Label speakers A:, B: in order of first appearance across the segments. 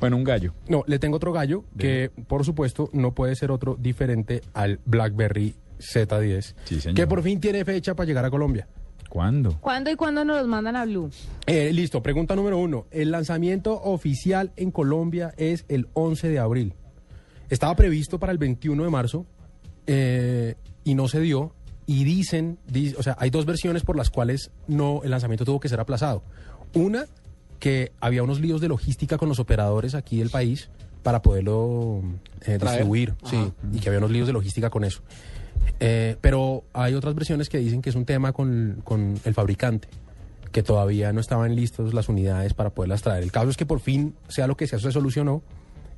A: Bueno, un gallo.
B: No, le tengo otro gallo que, por supuesto, no puede ser otro diferente al BlackBerry Z10,
A: Sí, señor.
B: que por fin tiene fecha para llegar a Colombia.
A: ¿Cuándo?
C: ¿Cuándo y cuándo nos los mandan a Blue?
B: Eh, listo, pregunta número uno. El lanzamiento oficial en Colombia es el 11 de abril. Estaba previsto para el 21 de marzo eh, y no se dio. Y dicen, di- o sea, hay dos versiones por las cuales no el lanzamiento tuvo que ser aplazado. Una, que había unos líos de logística con los operadores aquí del país para poderlo eh, distribuir, sí, y que había unos líos de logística con eso. Eh, pero hay otras versiones que dicen que es un tema con, con el fabricante, que todavía no estaban listos las unidades para poderlas traer. El caso es que por fin, sea lo que sea, eso se solucionó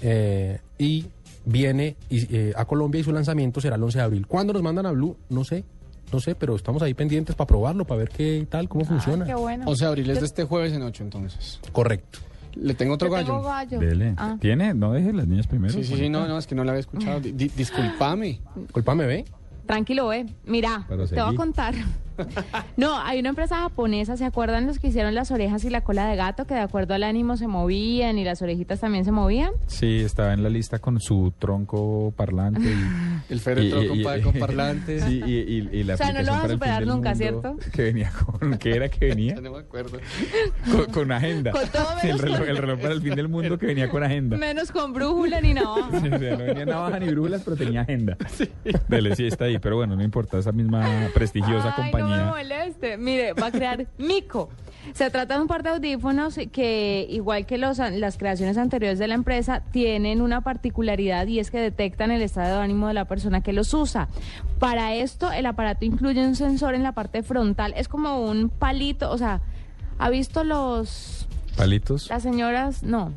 B: eh, y viene y, eh, a Colombia y su lanzamiento será el 11 de abril. ¿Cuándo nos mandan a Blue? No sé, no sé, pero estamos ahí pendientes para probarlo, para ver qué tal, cómo funciona.
C: Qué bueno.
D: 11 de abril es de este jueves en 8, entonces.
B: Correcto.
D: Le tengo otro
C: Yo tengo gallo.
D: gallo.
A: Dele.
C: Ah.
A: ¿Tiene? No deje las niñas primero. pues.
D: Sí, sí, sí,
A: Juanita,
D: no, no, es que no la había escuchado. Di- di- disculpame.
B: Culpame, ¿ve?
C: Tranquilo, eh. Mira,
A: Pero
C: te voy
A: seguí.
C: a contar. No, hay una empresa japonesa, ¿se acuerdan los que hicieron las orejas y la cola de gato que de acuerdo al ánimo se movían y las orejitas también se movían?
A: Sí, estaba en la lista con su tronco parlante. y-
D: El féretro
A: y-
D: con,
A: y-
D: pa-
A: y-
D: con parlantes.
A: Sí, y, y- y la
C: O sea, no lo
A: aplicación para
C: vas a
A: el fin
C: superar
A: del
C: nunca,
A: mundo
C: ¿cierto?
A: Que venía con... ¿Qué era que venía?
D: Ya no me acuerdo.
A: Con, con agenda.
C: Con todo
A: el,
C: menos
A: reloj,
C: con-
A: el reloj para el fin del mundo que venía con agenda.
C: Menos con brújula ni navaja.
A: Sí, o sea, no venía navaja ni brulas, pero tenía agenda. Dele, sí está ahí, pero bueno, no importa, esa misma prestigiosa
C: Ay, No me
A: compañía.
C: moleste. Mire, va a crear Mico. Se trata de un par de audífonos que, igual que los, an- las creaciones anteriores de la empresa, tienen una particularidad y es que detectan el estado de ánimo de la persona que los usa. Para esto, el aparato incluye un sensor en la parte frontal. Es como un palito, o sea, ¿ha visto los
A: Palitos.
C: las señoras? No.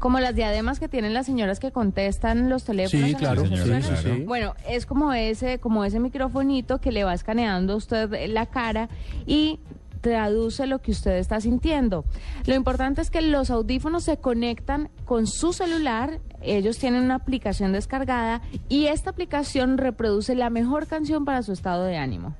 C: Como las diademas que tienen las señoras que contestan los teléfonos. en
B: Sí,
C: las
B: claro. Sí,
A: señora,
B: sí,
A: claro.
B: sí.
C: bueno, es como ese, como ese microfonito que le va escaneando a usted la cara y traduce lo que usted está sintiendo. Lo importante es que los audífonos se conectan con su celular, ellos tienen una aplicación descargada y esta aplicación reproduce la mejor canción para su estado de ánimo.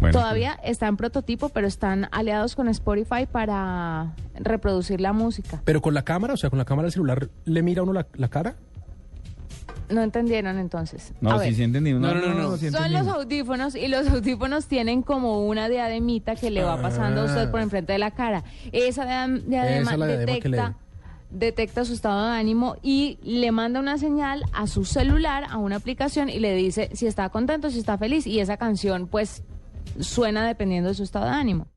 A: Bueno,
C: Todavía está en prototipo, pero están aliados con Spotify para reproducir la música.
B: Pero con la cámara, o sea, con la cámara del celular, ¿le mira uno la, la cara?
C: ¿No entendieron entonces? A
A: No,
C: ver.
A: sí, sí entendí.
D: No, no, no, no.
A: sí
C: Son
A: entendí.
C: los audífonos y los audífonos tienen como una diademita que le va pasando a usted por enfrente de la cara. Esa diadem- diadema,
B: Ah. Esa es la diadema que le-
C: detecta, detecta su estado de ánimo y le manda una señal a su celular, a una aplicación y le dice si está contento, si está feliz y esa canción pues suena dependiendo de su estado de ánimo.